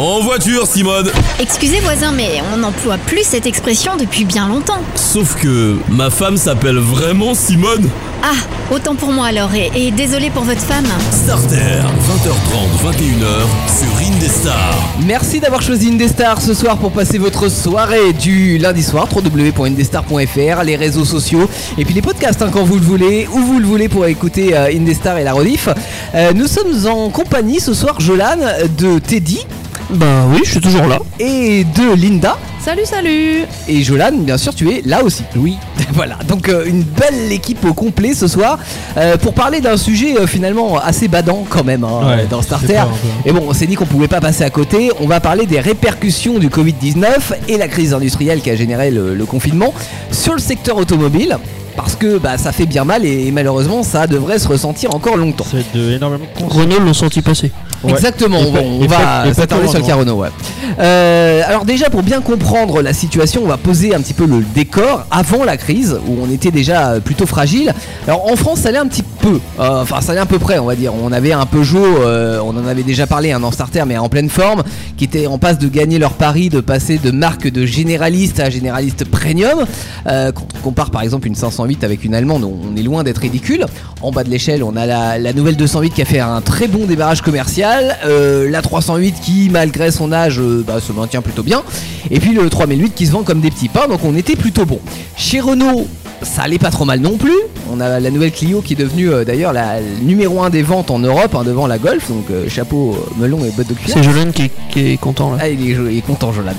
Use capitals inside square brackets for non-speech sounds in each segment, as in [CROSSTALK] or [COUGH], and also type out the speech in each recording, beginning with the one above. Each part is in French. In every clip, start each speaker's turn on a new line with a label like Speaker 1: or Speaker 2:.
Speaker 1: En voiture, Simone
Speaker 2: Excusez voisin, mais on n'emploie plus cette expression depuis bien longtemps.
Speaker 1: Sauf que ma femme s'appelle vraiment Simone
Speaker 2: Ah, autant pour moi alors, et, et désolé pour votre femme.
Speaker 1: Starter, 20h30, 21h, sur Indestar.
Speaker 3: Merci d'avoir choisi Indestar ce soir pour passer votre soirée du lundi soir, www.indestar.fr, les réseaux sociaux et puis les podcasts hein, quand vous le voulez, où vous le voulez pour écouter euh, Indestar et la rediff. Euh, nous sommes en compagnie ce soir, Jolan, de Teddy
Speaker 4: Bah oui, je suis toujours là.
Speaker 3: et de Linda.
Speaker 5: Salut, salut
Speaker 3: Et Jolan, bien sûr, tu es là aussi. Oui. [LAUGHS] voilà, donc euh, une belle équipe au complet ce soir euh, pour parler d'un sujet euh, finalement assez badant quand même hein,
Speaker 4: Ouais,
Speaker 3: euh, dans
Speaker 4: c'est
Speaker 3: Starter.
Speaker 4: peur un peu.
Speaker 3: Et bon, on s'est dit qu'on pouvait pas passer à côté. On va parler des répercussions du Covid-19 et la crise industrielle qui a généré le, le confinement sur le secteur automobile. Parce que bah, ça fait bien mal et, et malheureusement ça devrait se ressentir encore longtemps.
Speaker 4: Ça va être de- énormément de cons.
Speaker 6: Renault l'ont senti passer.
Speaker 4: Ouais.
Speaker 3: Exactement,
Speaker 4: Et
Speaker 3: on,
Speaker 4: pas-
Speaker 3: va- on
Speaker 4: et pas- et
Speaker 3: va
Speaker 4: pas
Speaker 3: s'attarder
Speaker 4: tout
Speaker 3: sur le
Speaker 4: rendre,
Speaker 3: Carrenaud. Ouais. Euh, alors déjà, pour bien comprendre la situation, on va poser un petit peu le décor avant la crise, où on était déjà euh, plutôt fragile. Alors en France, ça allait un petit peu, euh, enfin ça allait à peu près, on va dire. On avait un Peugeot, euh, on en avait déjà parlé, un en starter, mais en pleine forme, qui était en passe de gagner leur pari, de passer de marque de généraliste à généraliste premium. Euh, quand on compare par exemple une 508 avec une allemande, on on est loin d'être ridicule. En bas de l'échelle, on a la, la nouvelle 208 qui a fait un très bon démarrage commercial, euh, la 308 qui, malgré son âge, euh, bah, se maintient plutôt bien, et puis le 3008 qui se vend comme des petits pains, donc on était plutôt bon. Chez Renault, ça allait pas trop mal non plus. On a la nouvelle Clio qui est devenue euh, d'ailleurs la numéro 1 des ventes en Europe, hein, devant la Golf, donc euh, chapeau, euh, melon et bottes de cuir.
Speaker 6: C'est Jolan qui, est- qui est content hein. là.
Speaker 3: Ah, il est, il est content, Jolan.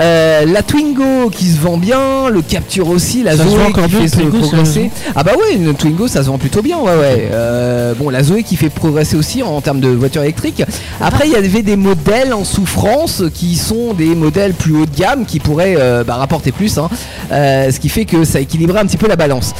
Speaker 3: Euh, la Twingo qui se vend bien, le Capture aussi, la
Speaker 6: Ça se
Speaker 3: Zoé
Speaker 6: vend encore
Speaker 3: qui
Speaker 6: bien,
Speaker 3: fait
Speaker 6: le Twingo,
Speaker 3: progresser. Ah bah ouais, une Twingo ça se vend plutôt bien, ouais ouais. Euh, bon, la Zoé qui fait progresser aussi en termes de voitures électriques. Après, il y avait des modèles en souffrance qui sont des modèles plus haut de gamme qui pourraient euh, bah, rapporter plus, hein. Euh, ce qui fait que ça équilibrait un petit peu la balance.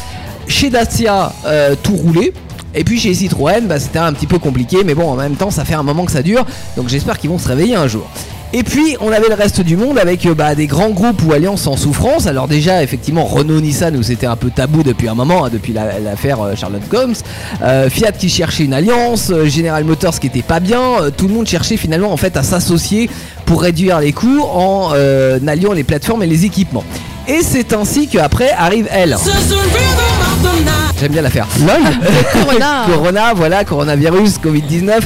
Speaker 3: Chez Dacia, euh, tout roulé. Et puis chez Citroën, bah, c'était un petit peu compliqué, mais bon, en même temps, ça fait un moment que ça dure, donc j'espère qu'ils vont se réveiller un jour. Et puis, on avait le reste du monde avec euh, bah, des grands groupes ou alliances en souffrance. Alors déjà, effectivement, Renault-Nissan, où c'était un peu tabou depuis un moment, hein, depuis la- l'affaire euh, Charlotte Gomes. Euh, Fiat qui cherchait une alliance, euh, General Motors qui était pas bien. Euh, tout le monde cherchait finalement en fait à s'associer pour réduire les coûts en euh, alliant les plateformes et les équipements. Et c'est ainsi qu'après arrive elle. J'aime bien la [LAUGHS] faire.
Speaker 5: Corona.
Speaker 3: [LAUGHS] Corona, voilà, coronavirus, Covid-19.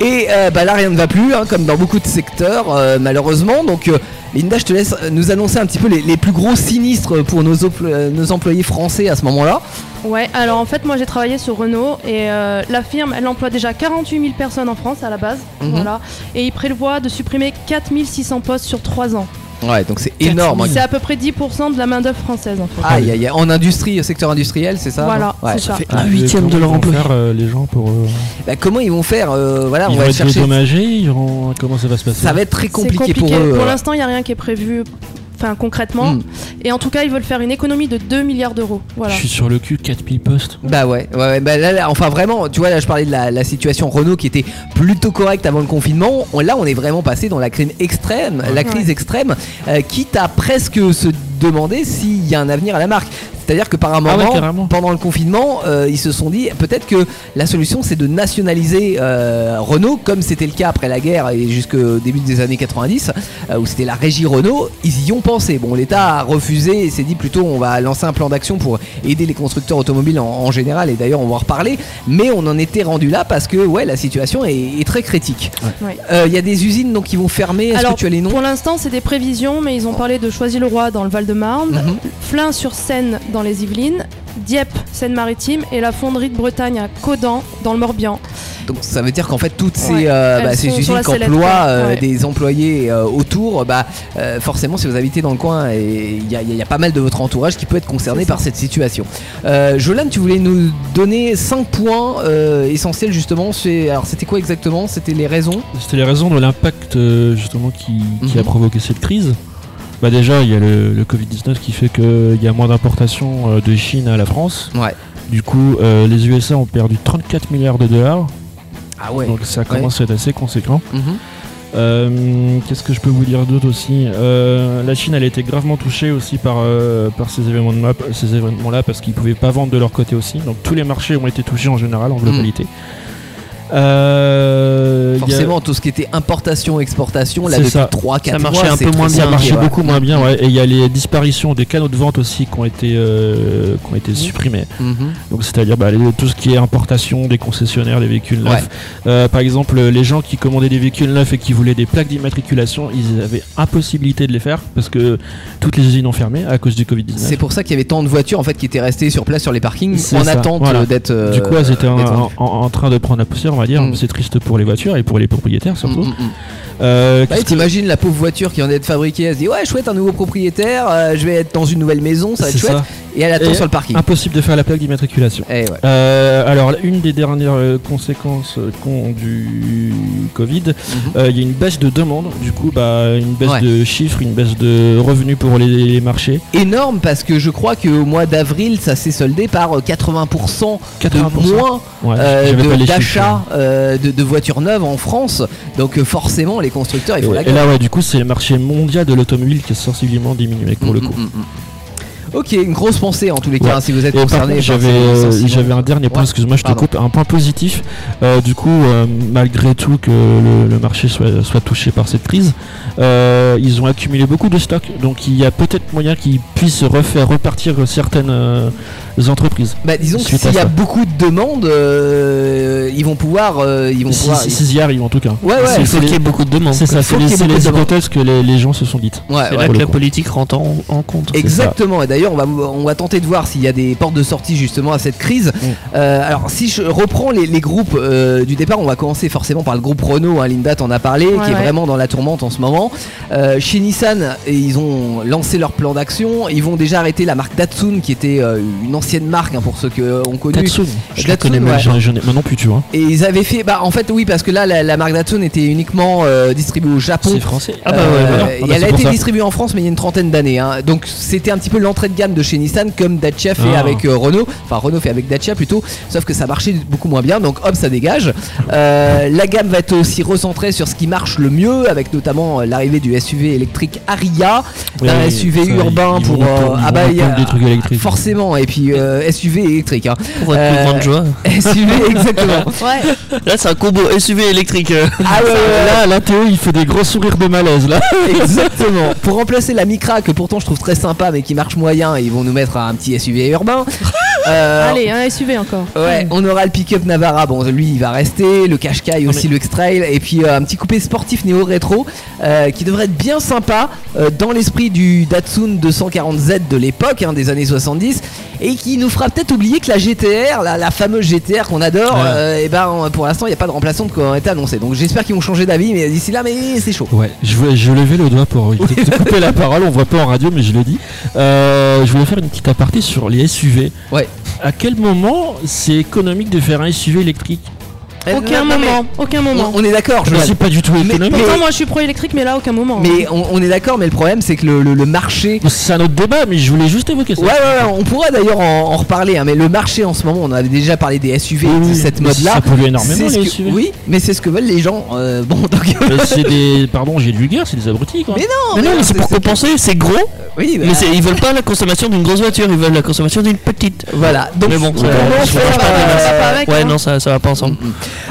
Speaker 3: Et euh, bah là, rien ne va plus, hein, comme dans beaucoup de secteurs, euh, malheureusement. Donc, euh, Linda, je te laisse euh, nous annoncer un petit peu les, les plus gros sinistres pour nos, opl- euh, nos employés français à ce moment-là.
Speaker 5: Ouais, alors en fait, moi j'ai travaillé sur Renault et euh, la firme elle emploie déjà 48 000 personnes en France à la base.
Speaker 3: Mhm.
Speaker 5: Voilà. Et il prévoit de supprimer 4600 postes sur 3 ans.
Speaker 3: Ouais, donc c'est énorme. hein. Ah,
Speaker 5: C'est à peu près 10% de la main-d'œuvre française en fait.
Speaker 3: Aïe, aïe, aïe. En industrie, secteur industriel, c'est ça
Speaker 5: Voilà,
Speaker 3: non Ouais.
Speaker 5: c'est ça.
Speaker 6: Fait un huitième de leur
Speaker 4: Ah, Comment vont
Speaker 6: emploi.
Speaker 4: faire, euh, les gens pour. euh,
Speaker 3: Bah, comment ils vont faire euh, Voilà, on
Speaker 4: ils vont
Speaker 3: va
Speaker 4: être
Speaker 3: chercher.
Speaker 4: dédommagés, ils vont- comment ça va se passer
Speaker 3: Ça va être très
Speaker 5: C'est
Speaker 3: compliqué, pour eux. euh,
Speaker 5: l'instant, il n'y a rien qui est prévu. Enfin, concrètement.
Speaker 3: Mm.
Speaker 5: Et en tout cas, ils veulent faire une économie de 2 milliards d'euros. Voilà.
Speaker 6: Je suis sur le cul, 4000 postes.
Speaker 3: Bah ouais, ouais, ouais, bah là, là, enfin vraiment, tu vois, là je parlais de la, la situation Renault qui était plutôt correcte avant le confinement. On- là, on est vraiment passé dans la crise extrême, la crise extrême, euh, quitte à presque se demander s'il y a un avenir à la marque. C'est-à-dire que par un
Speaker 6: Ah ouais,
Speaker 3: moment,
Speaker 6: carrément.
Speaker 3: pendant le confinement, euh, ils se sont dit peut-être que la solution c'est de nationaliser euh, Renault, comme c'était le cas après la guerre et jusqu'au début des années 90, euh, où c'était la régie Renault. Ils y ont pensé. Bon, l'État a refusé et s'est dit plutôt on va lancer un plan d'action pour aider les constructeurs automobiles en, en général, et d'ailleurs on va en reparler. Mais on en était rendu là parce que ouais, la situation est, est très critique. Euh, Il
Speaker 5: Ouais.
Speaker 3: y a des usines donc qui vont fermer. Est-ce que
Speaker 5: Alors,
Speaker 3: tu as les noms Oh.
Speaker 5: Pour l'instant, c'est des prévisions, mais ils ont parlé de Choisy-le-Roi dans le Val-de-Marne,
Speaker 3: Mhm.
Speaker 5: Flins-sur-Seine dans les Yvelines, Dieppe, Seine-Maritime, et la fonderie de Bretagne à Caudan dans le Morbian.
Speaker 3: Donc ça veut dire qu'en fait toutes ces,
Speaker 5: Ouais,
Speaker 3: euh,
Speaker 5: elles
Speaker 3: bah, ces
Speaker 5: sont sur
Speaker 3: usines
Speaker 5: la
Speaker 3: qui
Speaker 5: sellette,
Speaker 3: emploient
Speaker 5: quoi.
Speaker 3: euh,
Speaker 5: Ouais.
Speaker 3: des employés euh, autour, bah euh, forcément si vous habitez dans le coin, et il y a, il y a- il y a pas mal de votre entourage qui peut être concerné
Speaker 5: C'est ça.
Speaker 3: par cette situation. Euh, Jolane, tu voulais nous donner 5 points euh, essentiels justement. chez- Alors c'était quoi exactement C'était les raisons
Speaker 4: C'était les raisons de l'impact euh, justement qui, qui a
Speaker 3: Mhm.
Speaker 4: provoqué cette crise. Bah déjà, il y a le, le Covid-19 qui fait qu'il y a moins d'importations euh, de Chine à la France.
Speaker 3: Ouais.
Speaker 4: Du coup, euh, les USA ont perdu 34 milliards de dollars,
Speaker 3: Ah ouais.
Speaker 4: donc ça commence à être assez conséquent.
Speaker 3: Mhm.
Speaker 4: Euh, Qu'est-ce que je peux vous dire d'autre aussi Euh, La Chine, elle a été gravement touchée aussi par, euh, par ces événements-là ces événements parce qu'ils pouvaient pas vendre de leur côté aussi. Donc tous les marchés ont été touchés en général, en globalité. Euh, il y a-
Speaker 3: Forcément, tout ce qui était importation, exportation, là
Speaker 4: C'est
Speaker 3: depuis
Speaker 4: ça.
Speaker 3: 3, 4
Speaker 6: Ça
Speaker 3: mois,
Speaker 6: marchait un
Speaker 3: c'est
Speaker 6: peu
Speaker 3: très
Speaker 6: moins bien,
Speaker 4: ça
Speaker 3: compliqué,
Speaker 4: marchait
Speaker 3: ouais.
Speaker 4: beaucoup moins bien, ouais. Et il y a les disparitions des canaux de vente aussi qui ont été, euh, qui ont
Speaker 6: Hmm.
Speaker 4: été supprimés.
Speaker 3: Mhm.
Speaker 4: Donc c'est-à-dire bah, les- tout ce qui est importation des concessionnaires des véhicules neufs.
Speaker 3: Ouais.
Speaker 4: Euh, par exemple, les gens qui commandaient des véhicules neufs et qui voulaient des plaques d'immatriculation, ils avaient impossibilité de les faire parce que toutes les usines ont fermé à cause du Covid-19.
Speaker 3: C'est pour ça qu'il y avait tant de voitures en fait qui étaient restées sur place sur les parkings
Speaker 4: C'est
Speaker 3: en
Speaker 4: ça,
Speaker 3: attente
Speaker 4: voilà.
Speaker 3: euh, d'être. euh,
Speaker 4: Du coup, elles étaient en,
Speaker 3: d'être vendues.
Speaker 4: en- en train de prendre la poussière, on va dire.
Speaker 3: Mm.
Speaker 4: C'est triste pour les voitures et pour les propriétaires
Speaker 3: Mm,
Speaker 4: surtout.
Speaker 3: mm, mm.
Speaker 4: Euh,
Speaker 3: Ouais,
Speaker 4: qu'est-ce que-
Speaker 3: T'imagines la pauvre voiture qui vient d'être fabriquée, elle se dit ouais chouette un nouveau propriétaire, euh, je vais être dans une nouvelle maison, ça va être
Speaker 4: c'est
Speaker 3: chouette,
Speaker 4: ça.
Speaker 3: et elle attend
Speaker 4: Et-
Speaker 3: sur le parking.
Speaker 4: Impossible de faire la plaque d'immatriculation.
Speaker 3: Eh ouais.
Speaker 4: Euh, alors, une des dernières euh, conséquences euh, qu'ont du Covid, euh, il y a une baisse de demande, du coup, bah, une baisse
Speaker 3: Mhm. Ouais.
Speaker 4: de chiffres, une baisse de revenus pour les, les marchés.
Speaker 3: Énorme parce que je crois qu'au mois d'avril ça s'est soldé par euh, 80%,
Speaker 4: 80%.
Speaker 3: de moins
Speaker 4: Ouais,
Speaker 3: euh,
Speaker 4: j'avais pas
Speaker 3: de-
Speaker 4: les
Speaker 3: d'achats
Speaker 4: chiffres. hein.
Speaker 3: euh, de, de voitures neuves en France, donc euh, forcément les constructeurs ils font la
Speaker 4: Et, et
Speaker 3: gueule.
Speaker 4: là, ouais, du coup, c'est le marché mondial de l'automobile qui est sensiblement diminué pour le
Speaker 3: Mm,
Speaker 4: coup.
Speaker 3: mm, mm. Ok, une grosse pensée en tous les cas
Speaker 4: Ouais.
Speaker 3: hein, si vous êtes
Speaker 4: Et par
Speaker 3: concerné.
Speaker 4: contre,
Speaker 3: par
Speaker 4: j'avais,
Speaker 3: ces
Speaker 4: euh,
Speaker 3: sentiments.
Speaker 4: j'avais un dernier point,
Speaker 3: Ouais.
Speaker 4: excuse-moi, je te
Speaker 3: Pardon.
Speaker 4: coupe, un point positif. Euh, du coup, euh, malgré tout que le, le marché soit, soit touché par cette crise, euh, ils ont accumulé beaucoup de stocks, donc il y a peut-être moyen qu'ils puissent refaire repartir certaines euh, entreprises.
Speaker 3: Bah disons que
Speaker 4: Suite à
Speaker 3: s'il y a
Speaker 4: ça.
Speaker 3: beaucoup de demandes, euh, ils vont pouvoir, euh, ils vont
Speaker 4: Si-
Speaker 3: pouvoir.
Speaker 4: si- S'ils y arrivent en tout cas.
Speaker 3: Ouais ouais.
Speaker 6: il
Speaker 4: c'est
Speaker 6: faut qu'il y
Speaker 4: les-
Speaker 6: ait beaucoup de demandes.
Speaker 4: C'est ça,
Speaker 3: faut
Speaker 4: c'est les,
Speaker 3: qu'il y ait
Speaker 4: c'est
Speaker 3: beaucoup
Speaker 4: les
Speaker 3: de demandes.
Speaker 4: hypothèses que les, les gens se sont dites.
Speaker 3: Ouais,
Speaker 6: C'est
Speaker 3: ouais.
Speaker 6: là
Speaker 4: pour
Speaker 6: que
Speaker 4: le
Speaker 6: la
Speaker 4: coup.
Speaker 6: politique rentre en, en compte.
Speaker 3: Exactement, et d'ailleurs on va, on va tenter de voir s'il y a des portes de sortie justement à cette crise. Euh, alors si je reprends les, les groupes euh, du départ, on va commencer forcément par le groupe Renault, hein, Linda t'en a parlé, qui est
Speaker 5: ouais.
Speaker 3: vraiment dans la tourmente en ce moment. Euh, chez Nissan, et ils ont lancé leur plan d'action, ils vont déjà arrêter la marque Datsun qui était euh, une ancienne marque hein, pour ceux qui ont connu.
Speaker 6: Tatsun.
Speaker 4: Je
Speaker 3: Datsun,
Speaker 4: la connais même,
Speaker 3: ouais.
Speaker 4: j'en- j'en ai- moi non plus, tu vois.
Speaker 3: Et ils avaient fait, bah en fait oui parce que là la, la marque Datsun était uniquement euh, distribuée au Japon.
Speaker 4: C'est français.
Speaker 6: Ah bah ouais,
Speaker 3: Euh,
Speaker 6: voilà.
Speaker 3: et
Speaker 4: Ah bah,
Speaker 3: elle
Speaker 4: c'est
Speaker 3: a
Speaker 4: pour
Speaker 3: été
Speaker 4: ça.
Speaker 3: distribuée en France, mais il y a une trentaine d'années. hein. Donc c'était un petit peu l'entrée de gamme de chez Nissan, comme Dacia fait
Speaker 4: Ah.
Speaker 3: avec euh, Renault. Enfin, Renault fait avec Dacia plutôt. Sauf que ça marchait beaucoup moins bien. Donc hop, ça dégage. Euh, la gamme va être aussi recentrée sur ce qui marche le mieux, avec notamment euh, l'arrivée du SUV électrique Aria,
Speaker 4: Oui,
Speaker 3: d'un
Speaker 4: oui,
Speaker 3: SUV
Speaker 4: ça,
Speaker 3: urbain
Speaker 4: ils- ils
Speaker 3: pour.
Speaker 4: vont
Speaker 3: euh,
Speaker 4: reprendre- ils
Speaker 3: ah
Speaker 4: vont
Speaker 3: bah, il y a-
Speaker 4: reprendre des trucs électriques.
Speaker 3: Forcément, et puis euh, SUV électrique. hein.
Speaker 6: Pour être
Speaker 3: Euh,
Speaker 6: plus
Speaker 3: [LAUGHS]
Speaker 6: grande joie.
Speaker 3: SUV, exactement.
Speaker 2: Ouais.
Speaker 6: Là, c'est un combo SUV électrique. euh.
Speaker 3: Ah ouais, ouais, ouais.
Speaker 4: Là, là, Théo, il fait des gros sourires de malaise, là.
Speaker 3: Exactement. Pour remplacer la Micra que pourtant je trouve très sympa mais qui marche moyen, ils vont nous mettre un petit SUV
Speaker 5: [LAUGHS]
Speaker 3: urbain. Euh,
Speaker 5: Allez, un SUV encore.
Speaker 3: Ouais, on aura le pick-up Navara, bon lui il va rester, le Qashqai aussi, le X-Trail, et puis euh, un petit coupé sportif néo-rétro euh, qui devrait être bien sympa euh, dans l'esprit du Datsun 240Z de l'époque, hein, des années 70, et qui nous fera peut-être oublier que la GTR, la, la fameuse GTR qu'on adore,
Speaker 4: Ouais.
Speaker 3: et ben pour l'instant il n'y a pas de remplaçante qui a été annoncée, donc j'espère qu'ils vont changer d'avis, mais d'ici là, mais c'est chaud.
Speaker 4: Ouais, je, voulais- je levais le doigt pour te- te couper la parole, on voit pas en radio, mais je le dis. Euh, je voulais faire une petite aparté sur les SUV.
Speaker 3: Ouais.
Speaker 4: À quel moment c'est économique de faire un SUV électrique
Speaker 5: Aucun
Speaker 3: Non, non, mais
Speaker 5: moment, aucun moment.
Speaker 3: On, on est d'accord,
Speaker 4: Je
Speaker 3: Joël.
Speaker 4: sais pas du tout économique.
Speaker 5: Pourtant, moi, je suis pro-électrique, mais là, aucun moment.
Speaker 3: Mais on, on est d'accord, mais le problème c'est que le, le- le marché.
Speaker 4: C'est un autre débat, mais je voulais juste évoquer ça.
Speaker 3: Ouais, ouais, ouais, on pourra d'ailleurs en, en reparler, hein, mais le marché en ce moment, on avait déjà parlé des SUV et
Speaker 4: Oui,
Speaker 3: de
Speaker 4: oui,
Speaker 3: cette
Speaker 4: mais
Speaker 3: mode-là.
Speaker 4: Ça pollue énormément,
Speaker 3: C'est ce
Speaker 4: les
Speaker 3: que-
Speaker 4: SUV.
Speaker 3: Oui, mais c'est ce que veulent les gens. euh, bon, donc.
Speaker 4: Mais c'est des. Pardon, j'ai du guerre, c'est des abrutis, quoi.
Speaker 3: Mais non, [LAUGHS]
Speaker 6: Mais non, mais c'est pour
Speaker 3: c'est-
Speaker 6: compenser, c'est gros,
Speaker 3: Oui, bah,
Speaker 6: mais c'est- ils veulent pas la consommation d'une grosse voiture, ils veulent la consommation d'une petite.
Speaker 3: Voilà. Donc,
Speaker 6: Mais bon, ça-
Speaker 3: comment
Speaker 6: je
Speaker 3: faire,
Speaker 6: comprends pas,
Speaker 3: euh,
Speaker 6: mais
Speaker 5: c'est pas avec,
Speaker 6: Ouais,
Speaker 5: hein.
Speaker 6: non, ça, ça va pas ensemble.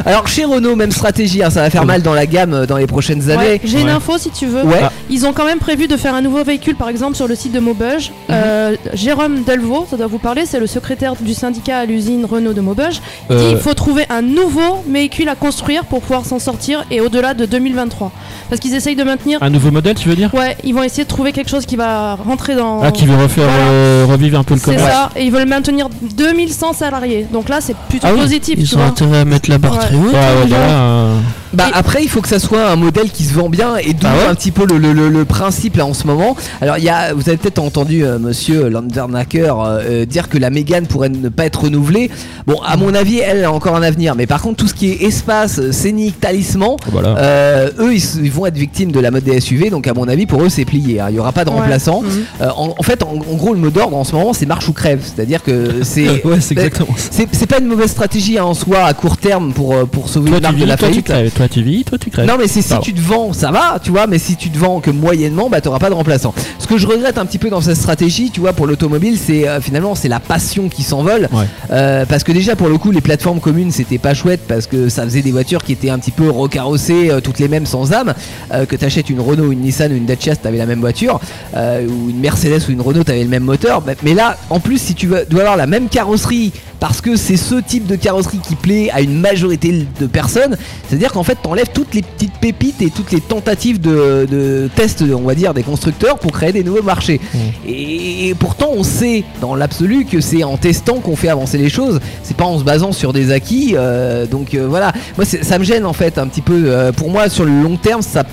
Speaker 3: Alors, chez Renault, même stratégie, hein, ça va faire mal dans la gamme euh, dans les prochaines
Speaker 5: Ouais,
Speaker 3: années.
Speaker 5: J'ai une
Speaker 4: Ouais.
Speaker 5: info si tu veux.
Speaker 3: Ouais.
Speaker 4: Ah.
Speaker 5: Ils ont quand même prévu de faire un nouveau véhicule, par exemple, sur le site de Maubeuge.
Speaker 4: Mhm.
Speaker 5: Euh, Jérôme Delvaux, ça doit vous parler, c'est le secrétaire du syndicat à l'usine Renault de Maubeuge. dit
Speaker 4: Euh,
Speaker 5: il faut trouver un nouveau véhicule à construire pour pouvoir s'en sortir et au-delà de 2023. Parce qu'ils essayent de maintenir.
Speaker 4: Un nouveau modèle, tu veux dire
Speaker 5: Ouais, ils vont essayer de trouver quelque chose qui va rentrer dans.
Speaker 4: Ah, qui veut refaire,
Speaker 5: Voilà.
Speaker 4: euh, revivre un peu le
Speaker 5: C'est
Speaker 4: commerce.
Speaker 5: ça, et ils veulent maintenir 2100 salariés. Donc là, c'est plutôt
Speaker 4: Ah oui,
Speaker 5: positif. tu
Speaker 6: Ils ont
Speaker 5: vois.
Speaker 6: intérêt à mettre la barre
Speaker 5: Ouais.
Speaker 6: très haute.
Speaker 4: Ouais, ouais,
Speaker 6: hein,
Speaker 4: bah
Speaker 6: déjà.
Speaker 4: là, euh,
Speaker 3: Bah
Speaker 5: Et-
Speaker 3: après il faut que ça soit un modèle qui se vend bien et d'où
Speaker 6: Ah ouais
Speaker 3: un petit peu le, le- le- le principe là en ce moment. Alors il y a vous avez peut-être entendu euh, monsieur Landernacker euh, euh, dire que la Mégane pourrait ne pas être renouvelée. Bon à mon avis elle a encore un avenir mais par contre tout ce qui est espace, euh, scénique, talisman,
Speaker 4: voilà.
Speaker 3: euh, eux ils, s- ils vont être victimes de la mode des SUV donc à mon avis pour eux c'est plié, hein. il y aura pas de
Speaker 5: Ouais.
Speaker 3: remplaçant.
Speaker 5: Mhm.
Speaker 3: Euh, en, en fait en, en gros le mot d'ordre en ce moment c'est marche ou crève, c'est-à-dire que
Speaker 4: [LAUGHS]
Speaker 3: c'est
Speaker 4: ouais, c'est
Speaker 3: bah,
Speaker 4: exactement ça.
Speaker 3: c'est c'est pas une mauvaise stratégie hein, en soi à court terme pour, euh, pour sauver
Speaker 4: Toi,
Speaker 3: une
Speaker 4: tu
Speaker 3: marque de
Speaker 4: vis-
Speaker 3: la
Speaker 4: toi, tu
Speaker 3: faillite.
Speaker 4: crèves, toi, toi tu vis, toi tu crèves.
Speaker 3: Non mais c'est si
Speaker 4: Pardon.
Speaker 3: tu te vends, ça va, tu vois, mais si tu te vends que moyennement, bah t'auras pas de remplaçant. Ce que je regrette un petit peu dans cette stratégie, tu vois, pour l'automobile, c'est euh, finalement c'est la passion qui s'envole.
Speaker 4: Ouais.
Speaker 3: Euh, parce que déjà pour le coup les plateformes communes c'était pas chouette parce que ça faisait des voitures qui étaient un petit peu recarrossées, euh, toutes les mêmes sans âme. Euh, que t'achètes une Renault, une Nissan, une Dacia, t'avais la même voiture, euh, ou une Mercedes ou une Renault, t'avais le même moteur. Bah, mais là en plus si tu veux- dois avoir la même carrosserie parce que c'est ce type de carrosserie qui plaît à une majorité de personnes, c'est-à-dire qu'en fait t'enlèves toutes les petites pépites et toutes les tentatives de, de tests, on va dire, des constructeurs pour créer des nouveaux marchés. Et, et pourtant, on sait dans l'absolu que c'est en testant qu'on fait avancer les choses. C'est pas en se basant sur des acquis. euh, donc euh, voilà, moi c'est- ça me gêne en fait un petit peu. euh, pour moi, sur le long terme, ça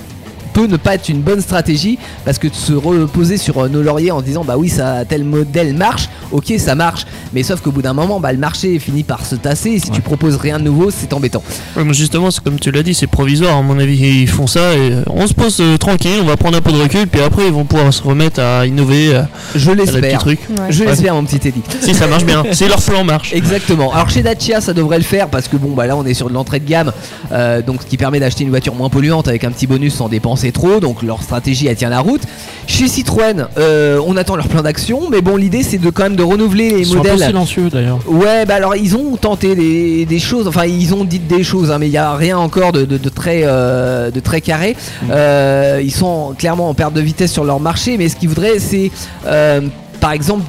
Speaker 3: peut ne pas être une bonne stratégie parce que de se reposer sur euh, nos lauriers en se disant bah oui ça tel modèle marche ok ça marche mais sauf qu'au bout d'un moment bah le marché finit par se tasser et si tu proposes rien de nouveau c'est embêtant
Speaker 6: Ouais, mais justement, c'est comme tu l'as dit, c'est provisoire. À mon avis, ils font ça et euh, on se pose euh, tranquille, on va prendre un peu de recul, puis après, ils vont pouvoir se remettre à innover, à
Speaker 3: je
Speaker 6: faire des petits
Speaker 3: l'espère
Speaker 6: trucs.
Speaker 5: Ouais.
Speaker 3: je l'espère mon petit Teddy
Speaker 6: si ça marche bien, si leur plan marche.
Speaker 3: Exactement. Alors chez Dacia, ça devrait le faire parce que bon, bah là, on est sur de l'entrée de gamme, euh, donc ce qui permet d'acheter une voiture moins polluante avec un petit bonus sans dépenser trop. Donc leur stratégie, elle tient la route. Chez Citroën, euh, on attend leur plan d'action, mais bon, l'idée, c'est de quand même de renouveler les
Speaker 4: Ils sont un peu
Speaker 3: modèles.
Speaker 4: silencieux d'ailleurs.
Speaker 3: Ouais, bah alors ils ont tenté des, des choses, enfin ils ont dit des choses, hein, mais il n'y a rien encore de, de- de très, euh, de très carré. Euh, ils sont en- clairement en perte de vitesse sur leur marché, mais ce qu'ils voudraient, c'est euh, par exemple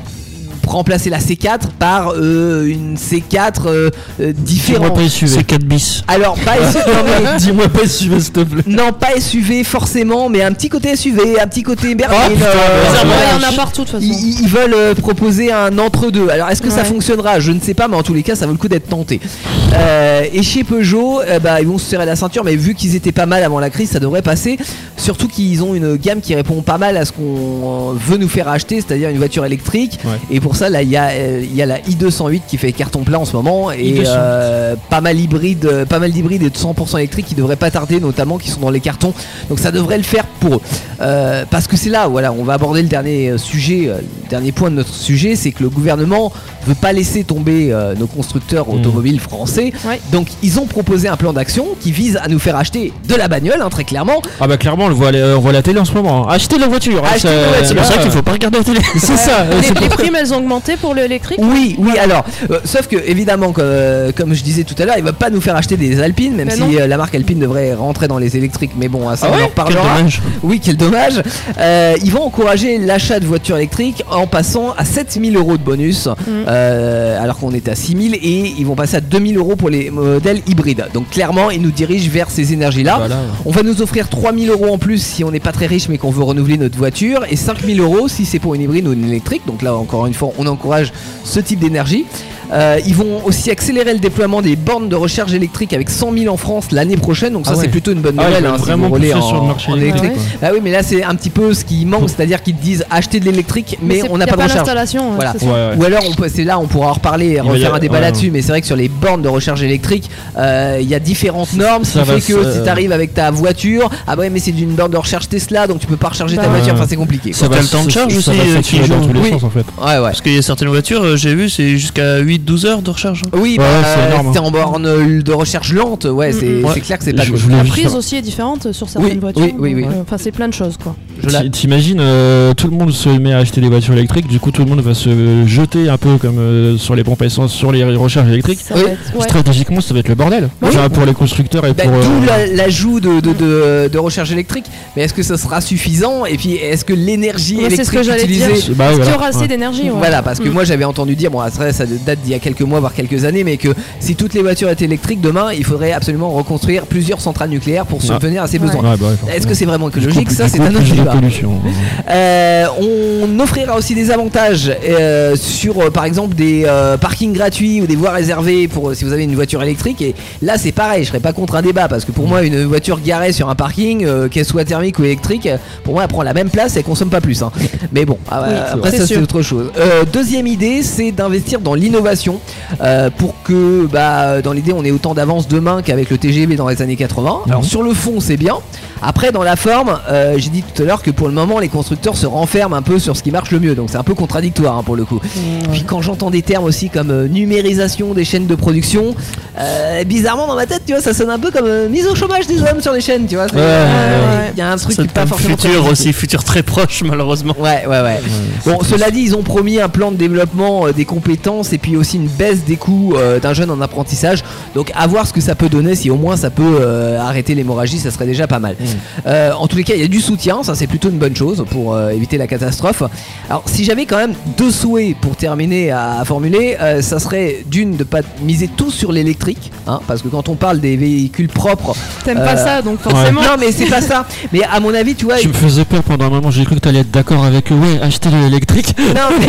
Speaker 3: remplacer la C4 par euh, une C4 euh, euh,
Speaker 4: Dis-moi
Speaker 3: différente.
Speaker 4: pas SUV.
Speaker 6: C'est 4 bis.
Speaker 3: Alors pas SUV, non, mais-
Speaker 4: Dis-moi pas SUV s'il te plaît.
Speaker 3: non, pas SUV forcément, mais un petit côté SUV, un petit côté
Speaker 6: Oh,
Speaker 3: berline.
Speaker 4: putain,
Speaker 3: euh,
Speaker 5: Ouais,
Speaker 3: voilà,
Speaker 5: Il y en a partout de toute façon.
Speaker 3: ils, ils veulent euh, proposer un entre-deux. Alors est-ce que ça
Speaker 5: Ouais.
Speaker 3: fonctionnera Je ne sais pas, mais en tous les cas, ça vaut le coup d'être tenté. Euh, et chez Peugeot, euh, bah, ils vont se serrer la ceinture, mais vu qu'ils étaient pas mal avant la crise, ça devrait passer. Surtout qu'ils ont une gamme qui répond pas mal à ce qu'on euh, veut nous faire acheter, c'est-à-dire une voiture électrique.
Speaker 4: Ouais.
Speaker 3: Et pour ça, là, il y, a, euh, il y a la i208 qui fait carton plein en ce moment et
Speaker 6: i208.
Speaker 3: euh, pas mal hybride, euh, pas mal d'hybrides et de 100% électriques qui devraient pas tarder, notamment qui sont dans les cartons. Donc ça devrait le faire pour eux. Euh, parce que c'est là, voilà, on va aborder le dernier euh, sujet, euh, le dernier point de notre sujet, c'est que le gouvernement veut pas laisser tomber euh, nos constructeurs
Speaker 6: Mmh.
Speaker 4: Mhm.
Speaker 3: automobiles français.
Speaker 5: Ouais.
Speaker 3: Donc ils ont proposé un plan d'action qui vise à nous faire acheter de la bagnole, hein, très clairement.
Speaker 4: Ah bah clairement, on le voit, à la- euh, on voit à la télé en ce moment. Achetez la voiture. hein,
Speaker 3: Achetez
Speaker 4: ça-
Speaker 3: la voiture.
Speaker 6: C'est pour ça
Speaker 4: là,
Speaker 6: qu'il faut pas regarder la télé.
Speaker 4: euh, C'est ça. euh, c'est
Speaker 5: Les,
Speaker 4: pour-
Speaker 5: les primes elles ont augmenté pour l'électrique
Speaker 3: Oui, oui, alors, euh, sauf que évidemment, comme, euh, comme je disais tout à l'heure, ils veulent pas nous faire acheter des Alpines, même
Speaker 5: Bah
Speaker 3: si euh, la marque Alpine devrait rentrer dans les électriques, mais bon, à ça
Speaker 6: Ben Ah
Speaker 3: on
Speaker 6: ouais
Speaker 3: en
Speaker 6: Quel
Speaker 3: reparlera.
Speaker 6: dommage.
Speaker 3: [LAUGHS] Oui, quel dommage. Euh, ils vont encourager l'achat de voitures électriques en passant à 7000 euros de bonus, euh, alors qu'on est à 6000, et ils vont passer à 2000 euros pour les modèles hybrides. Donc clairement, ils nous dirigent vers ces énergies-là.
Speaker 4: Voilà.
Speaker 3: On va nous offrir 3000 euros en plus si on n'est pas très riche mais qu'on veut renouveler notre voiture et 5000 euros si c'est pour une hybride ou une électrique. Donc là encore une fois on encourage ce type d'énergie. Euh, ils vont aussi accélérer le déploiement des bornes de recharge électrique avec 100 000 en France l'année prochaine. Donc ça
Speaker 4: Ah ouais.
Speaker 3: c'est plutôt une bonne
Speaker 4: Ah, ils
Speaker 3: nouvelle.
Speaker 4: veulent
Speaker 3: hein, si
Speaker 4: vraiment
Speaker 3: vous roulez
Speaker 4: pousser
Speaker 3: en-
Speaker 4: sur le marché
Speaker 3: en
Speaker 4: électrique.
Speaker 5: électrique,
Speaker 4: quoi.
Speaker 3: Ah oui mais là c'est un petit peu ce qui manque, c'est-à-dire qu'ils te disent acheter de l'électrique mais,
Speaker 5: c'est-
Speaker 3: on
Speaker 5: y
Speaker 3: n'a
Speaker 5: a
Speaker 3: pas de recharge.
Speaker 5: d'installation. ouais,
Speaker 3: Voilà.
Speaker 5: c'est ça.
Speaker 4: Ouais, ouais.
Speaker 3: Ou alors, on peut, c'est là, on pourra en reparler,
Speaker 4: va y
Speaker 3: refaire un
Speaker 4: avoir-
Speaker 3: débat
Speaker 4: ouais,
Speaker 3: là-dessus. Mais c'est vrai que sur les bornes de recharge électrique, euh, il y a différentes normes. Ce
Speaker 4: ça
Speaker 3: qui
Speaker 4: va
Speaker 3: fait que
Speaker 4: se-
Speaker 3: si t'arrives avec ta voiture, ah bah ouais, mais c'est d'une borne de recharge Tesla, donc tu peux pas recharger ta
Speaker 5: Bah,
Speaker 3: voiture.
Speaker 4: ouais.
Speaker 3: Enfin, c'est compliqué. quoi.
Speaker 6: Ça va le temps de charge aussi,
Speaker 4: euh, ça va
Speaker 6: euh,
Speaker 4: s'activer
Speaker 6: qui
Speaker 4: dans
Speaker 6: joue.
Speaker 4: tous les
Speaker 6: Oui.
Speaker 4: sens en fait.
Speaker 3: Ouais, ouais.
Speaker 6: Parce qu'il y a certaines voitures, euh, j'ai vu, c'est jusqu'à 8-12 heures de recharge. hein.
Speaker 3: Oui,
Speaker 4: Ouais,
Speaker 3: bah,
Speaker 4: ouais, c'est
Speaker 3: euh,
Speaker 4: énorme, hein.
Speaker 3: c'est en borne euh, de recharge lente. Ouais,
Speaker 5: Mm,
Speaker 3: c'est
Speaker 5: mm.
Speaker 3: c'est
Speaker 6: Ouais.
Speaker 3: clair que c'est pas
Speaker 4: Je-
Speaker 3: cool.
Speaker 4: je voulais
Speaker 5: La
Speaker 4: juste
Speaker 5: prise
Speaker 4: faire-
Speaker 5: aussi est différente sur certaines
Speaker 3: Oui,
Speaker 5: voitures.
Speaker 3: oui, oui, Ah oui.
Speaker 5: donc, euh, Enfin, c'est plein de choses quoi.
Speaker 3: Je la-
Speaker 4: T'i- T'imagines, euh, tout le monde se met à acheter des voitures électriques, du coup tout le monde va se jeter un peu comme euh, sur les pompes à essence, sur les recharges électriques.
Speaker 5: Ça
Speaker 3: Oui.
Speaker 5: va être- ouais.
Speaker 4: Stratégiquement, ça va être le bordel.
Speaker 3: Oui.
Speaker 4: Enfin, pour les constructeurs et
Speaker 3: Bah,
Speaker 4: pour. euh,
Speaker 3: D'où la- l'ajout de, de, de, de recharge électrique. Mais est-ce que ça sera suffisant Et puis, est-ce que l'énergie
Speaker 5: Ouais, c'est ce que
Speaker 3: électrique
Speaker 5: j'allais
Speaker 3: utilisée
Speaker 5: dire.
Speaker 4: bah,
Speaker 5: Est-ce
Speaker 4: voilà.
Speaker 5: qu'il y aura assez
Speaker 4: Ouais.
Speaker 5: d'énergie ouais.
Speaker 3: Voilà, parce que
Speaker 5: Mm.
Speaker 3: moi j'avais entendu dire, bon, ah, ça ça date d'il y a quelques mois, voire quelques années, mais que si toutes les voitures étaient électriques, demain il faudrait absolument reconstruire plusieurs centrales nucléaires pour subvenir à ces
Speaker 5: Ouais.
Speaker 3: besoins.
Speaker 4: Ouais, bah, ouais,
Speaker 3: Est-ce que
Speaker 4: forcément.
Speaker 3: c'est vraiment
Speaker 4: Du
Speaker 3: écologique
Speaker 4: coup,
Speaker 3: Ça,
Speaker 4: du
Speaker 3: c'est
Speaker 4: coup,
Speaker 3: un autre
Speaker 4: plus de
Speaker 3: débat. [LAUGHS]
Speaker 4: pollution.
Speaker 3: Euh, on offrira aussi des avantages euh, sur, euh, par exemple, des euh, parkings gratuits ou des voies réservées pour euh, si vous avez une voiture électrique. Et là, c'est pareil, je serais pas contre un débat parce que pour moi, une voiture garée sur un parking, euh, qu'elle soit thermique ou électrique, euh, pour moi, elle prend la même place et elle consomme pas plus. hein. Mais bon, ah,
Speaker 5: Oui,
Speaker 3: euh,
Speaker 5: c'est
Speaker 3: après
Speaker 5: vrai.
Speaker 3: ça,
Speaker 5: C'est
Speaker 3: c'est
Speaker 5: sûr.
Speaker 3: autre chose. Euh, deuxième idée, c'est d'investir dans l'innovation euh, pour que, bah, dans l'idée, on ait autant d'avance demain qu'avec le TGV dans les années 80. Alors
Speaker 4: Mhm.
Speaker 3: sur le fond, c'est bien. Après, dans la forme, euh, j'ai dit tout à l'heure alors que pour le moment les constructeurs se renferment un peu sur ce qui marche le mieux. Donc c'est un peu contradictoire hein, pour le coup. Puis quand j'entends des termes aussi comme euh, numérisation des chaînes de production, euh, bizarrement dans ma tête, tu vois, ça sonne un peu comme euh, mise au chômage des hommes sur les chaînes, tu vois. c'est- euh,
Speaker 4: Ouais, ouais,
Speaker 5: ouais.
Speaker 3: Il y a un truc
Speaker 6: Ça
Speaker 3: qui est pas
Speaker 6: tombe
Speaker 3: forcément très
Speaker 6: futur
Speaker 3: positif.
Speaker 6: aussi, futur très proche [LAUGHS] malheureusement.
Speaker 3: Ouais, ouais, ouais. Bon, cela dit, ils ont promis un plan de développement euh, des compétences et puis aussi une baisse des coûts euh, d'un jeune en apprentissage. Donc, à voir ce que ça peut donner. Si au moins ça peut euh, arrêter l'hémorragie, ça serait déjà pas mal. Euh, en tous les cas, il y a du soutien. Ça, c'est plutôt une bonne chose pour euh, éviter la catastrophe. Alors, si j'avais quand même deux souhaits pour terminer à, à formuler, euh, ça serait d'une de pas miser tout sur l'électrique, hein, parce que quand on parle des véhicules propres,
Speaker 5: T'aimes
Speaker 3: Euh,
Speaker 5: pas ça, donc forcément.
Speaker 3: non, mais c'est pas ça. Mais à mon avis, tu vois,
Speaker 4: Tu me faisais peur pendant un moment, j'ai cru que t'allais être d'accord avec eux. Ouais, acheter l'électrique.
Speaker 3: [LAUGHS] non, mais-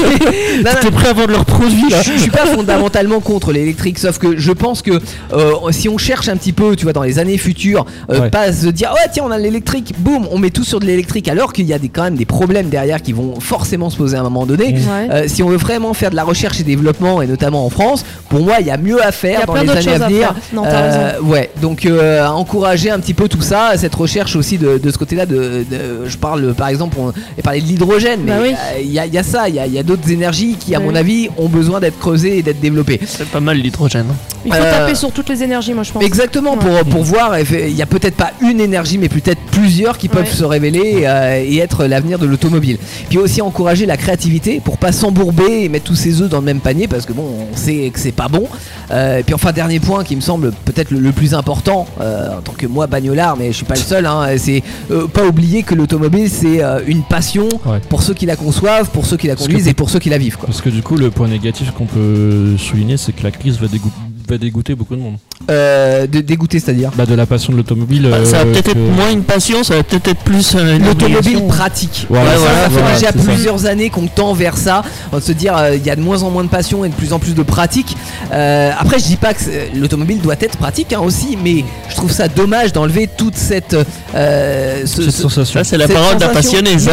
Speaker 3: non, non,
Speaker 4: [LAUGHS] T'es prêt à vendre leurs produits là
Speaker 3: je suis pas fondamentalement contre l'électrique, sauf que je pense que euh, si on cherche un petit peu, tu vois, dans les années futures, euh,
Speaker 4: Ouais.
Speaker 3: pas se dire ouais tiens on a l'électrique, boum, on met tout sur de l'électrique, alors qu'il y a des, quand même des problèmes derrière qui vont forcément se poser à un moment donné.
Speaker 5: Ouais.
Speaker 3: Euh, si on veut vraiment faire de la recherche et développement, et notamment en France, pour moi, il y a mieux à
Speaker 5: Il y
Speaker 3: faire
Speaker 5: a
Speaker 3: dans
Speaker 5: plein
Speaker 3: les
Speaker 5: d'autres
Speaker 3: années
Speaker 5: choses
Speaker 3: à
Speaker 5: à
Speaker 3: venir.
Speaker 5: faire. Non, t'as
Speaker 3: ouais, donc euh, encourager un petit peu tout ça, cette recherche aussi de, de ce côté-là. De, de- je parle par exemple, on a parlé de l'hydrogène, mais
Speaker 5: Bah oui.
Speaker 3: euh, il y, a- il y a ça, il y a, il y a d'autres énergies qui, à
Speaker 5: Bah
Speaker 3: mon
Speaker 5: oui.
Speaker 3: avis, ont besoin d'être creusées et d'être développées.
Speaker 6: C'est pas mal l'hydrogène. hein.
Speaker 5: Il faut
Speaker 3: Euh,
Speaker 5: taper sur toutes les énergies, moi je pense.
Speaker 3: Exactement, pour, pour voir, il n'y a peut-être pas une énergie, mais peut-être plusieurs qui peuvent
Speaker 5: Ouais.
Speaker 3: se révéler euh, et être l'avenir de l'automobile. Puis aussi encourager la créativité pour pas s'embourber et mettre tous ses œufs dans le même panier parce que bon, on sait que c'est pas bon. Euh, et puis enfin, dernier point qui me semble peut-être le, le plus important euh, en tant que moi bagnolard, mais je suis pas le seul, hein, c'est euh, pas oublier que l'automobile c'est euh, une passion
Speaker 4: Ouais.
Speaker 3: pour ceux qui la conçoivent, pour ceux qui la
Speaker 4: Parce que-
Speaker 3: conduisent et pour ceux qui la vivent. Quoi.
Speaker 4: Parce que du coup, le point négatif qu'on peut souligner, c'est que la crise va, dégoû- va dégoûter beaucoup de monde.
Speaker 3: Euh, de, dégoûter, c'est-à-dire
Speaker 4: Bah, de la passion de l'automobile.
Speaker 6: Bah, ça va
Speaker 4: euh,
Speaker 6: peut-être
Speaker 4: que-
Speaker 6: être moins une passion, ça va peut-être être plus euh, une
Speaker 3: L'automobile
Speaker 6: obligation.
Speaker 3: pratique.
Speaker 4: Voilà,
Speaker 3: Ouais,
Speaker 4: c'est
Speaker 3: voilà,
Speaker 4: ça,
Speaker 3: ça fait
Speaker 4: voilà,
Speaker 3: déjà
Speaker 4: c'est ça.
Speaker 3: plusieurs années qu'on tend vers ça, de se dire euh, il y a de moins en moins de passion et de plus en plus de pratique. Euh, après, je dis pas que c'est- l'automobile doit être pratique hein, aussi, mais je trouve ça dommage d'enlever toute cette euh, ce-
Speaker 4: Cette
Speaker 3: ce-
Speaker 4: sensation.
Speaker 6: Ça, c'est la
Speaker 3: Cette
Speaker 6: parole d'un
Speaker 3: sensation.
Speaker 6: passionné, [LAUGHS] ça.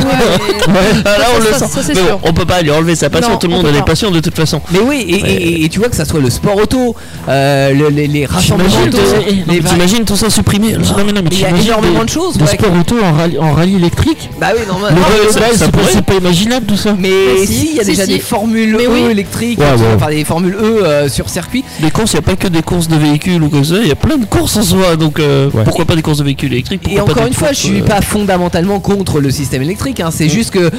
Speaker 6: Ah, là, on
Speaker 5: Ça,
Speaker 6: le
Speaker 5: ça,
Speaker 6: sent.
Speaker 5: ça, c'est
Speaker 6: Mais bon,
Speaker 5: sûr.
Speaker 6: on peut pas lui enlever sa passion,
Speaker 5: Non,
Speaker 6: tout le
Speaker 5: on
Speaker 6: monde
Speaker 5: peut
Speaker 6: elle est
Speaker 5: pas.
Speaker 6: passionné de toute façon.
Speaker 3: Mais oui, et, et- et- et tu vois que ça soit le sport auto, euh, le- les, les rassemblements
Speaker 6: T'imagines
Speaker 3: auto,
Speaker 6: de-
Speaker 3: les
Speaker 6: non, mais
Speaker 3: va-
Speaker 6: t'imagines tout ça supprimé là.
Speaker 4: Non, mais non, mais
Speaker 3: il y a
Speaker 4: t'imagines
Speaker 3: énormément
Speaker 4: des-
Speaker 3: de choses.
Speaker 4: des
Speaker 3: ouais.
Speaker 4: sports auto en rallye, en rallye électrique
Speaker 3: Bah oui, non, mais-
Speaker 4: Le
Speaker 3: non,
Speaker 4: rallye
Speaker 3: mais-
Speaker 6: ça-
Speaker 4: là,
Speaker 6: ça
Speaker 4: c'est pas-
Speaker 6: pourrait.
Speaker 4: c'est pas imaginable tout ça
Speaker 3: mais
Speaker 5: Mais
Speaker 3: si, il y a
Speaker 5: si,
Speaker 3: déjà
Speaker 5: si.
Speaker 3: des formules
Speaker 5: Mais
Speaker 3: E
Speaker 5: oui.
Speaker 3: électriques,
Speaker 4: Ouais,
Speaker 3: et tout,
Speaker 4: ouais.
Speaker 3: enfin des formules E euh, sur circuit.
Speaker 6: Des courses, il n'y a pas que des courses de véhicules ou comme ça, il y a plein de courses en soi, donc euh,
Speaker 4: Ouais.
Speaker 6: pourquoi pas des courses de véhicules électriques
Speaker 3: Et
Speaker 6: pourquoi pas
Speaker 3: encore
Speaker 6: des
Speaker 3: une fois, je
Speaker 6: courses,
Speaker 3: suis
Speaker 6: euh,
Speaker 3: pas fondamentalement contre le système électrique. hein. C'est juste que euh,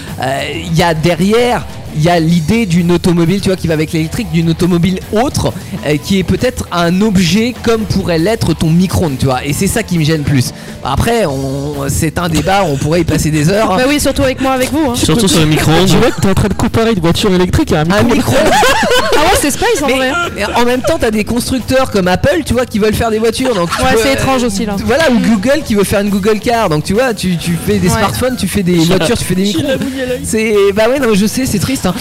Speaker 3: il y a derrière, il y a l'idée d'une automobile, tu vois, qui va avec l'électrique, d'une automobile autre, euh, qui est peut-être un objet comme pourrait l'être ton micro-ondes, tu vois. Et c'est ça qui me gêne plus. Après, on- c'est un débat, on pourrait y passer des heures. hein.
Speaker 5: Bah oui, surtout avec moi, avec
Speaker 3: [LAUGHS]
Speaker 5: vous. hein.
Speaker 6: Surtout sur le
Speaker 4: Tu
Speaker 6: micro-ondes.
Speaker 4: vois que t'es en train de comparer une voiture électrique à un
Speaker 3: Un
Speaker 4: micro
Speaker 3: micro,
Speaker 5: Ah ouais, c'est space en
Speaker 3: mais,
Speaker 5: vrai.
Speaker 3: mais en même temps, t'as des constructeurs comme Apple, tu vois, qui veulent faire des voitures. Donc, tu
Speaker 5: Ouais,
Speaker 3: peux-
Speaker 5: c'est étrange aussi là.
Speaker 3: Voilà, ou Google qui veut faire une Google Car. Donc, tu vois, tu, tu fais des
Speaker 5: Ouais.
Speaker 3: smartphones, tu fais des voitures, tu fais des micros. C'est bah ouais non mais je sais c'est triste hein.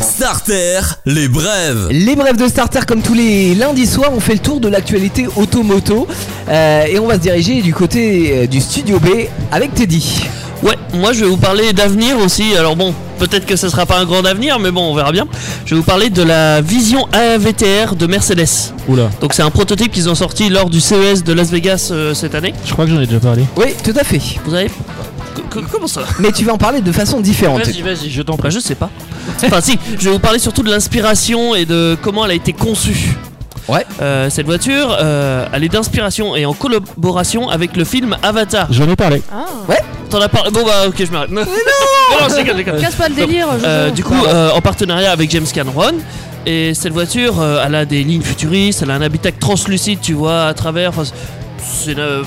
Speaker 1: Starter, les brèves.
Speaker 3: Les brèves de starter comme tous les lundis soirs on fait le tour de l'actualité automoto euh, et on va se diriger du côté euh, du studio B avec Teddy.
Speaker 6: euh, Ouais, moi je vais vous parler d'avenir aussi. Alors bon, peut-être que ce sera pas un grand avenir, mais bon, on verra bien. Je vais vous parler de la Vision AVTR de Mercedes.
Speaker 4: Oula,
Speaker 6: Donc c'est un prototype qu'ils ont sorti lors du CES de Las Vegas euh, cette année.
Speaker 4: je crois que j'en ai déjà parlé.
Speaker 3: Oui tout à fait.
Speaker 6: Vous avez Co- co- comment ça
Speaker 3: Mais tu vas en parler de façon différente.
Speaker 6: Vas-y, vas-y, je t'en prie. Bah, je sais pas. enfin, si, je vais vous parler surtout de l'inspiration et de comment elle a été conçue.
Speaker 3: Ouais.
Speaker 6: Euh, cette voiture, euh, elle est d'inspiration et en collaboration avec le film Avatar.
Speaker 4: J'en ai parlé.
Speaker 5: Ah.
Speaker 6: T'en as parlé Bon, bah, ok, je m'arrête. Mais non [LAUGHS] Non, je déconne, je déconne.
Speaker 5: Ah. Casse pas le délire. je-
Speaker 6: Euh, du coup, euh, en partenariat avec James Cameron. Et cette voiture, euh, elle a des lignes futuristes, elle a un habitacle translucide, tu vois, à travers. Enfin, c'est. ne-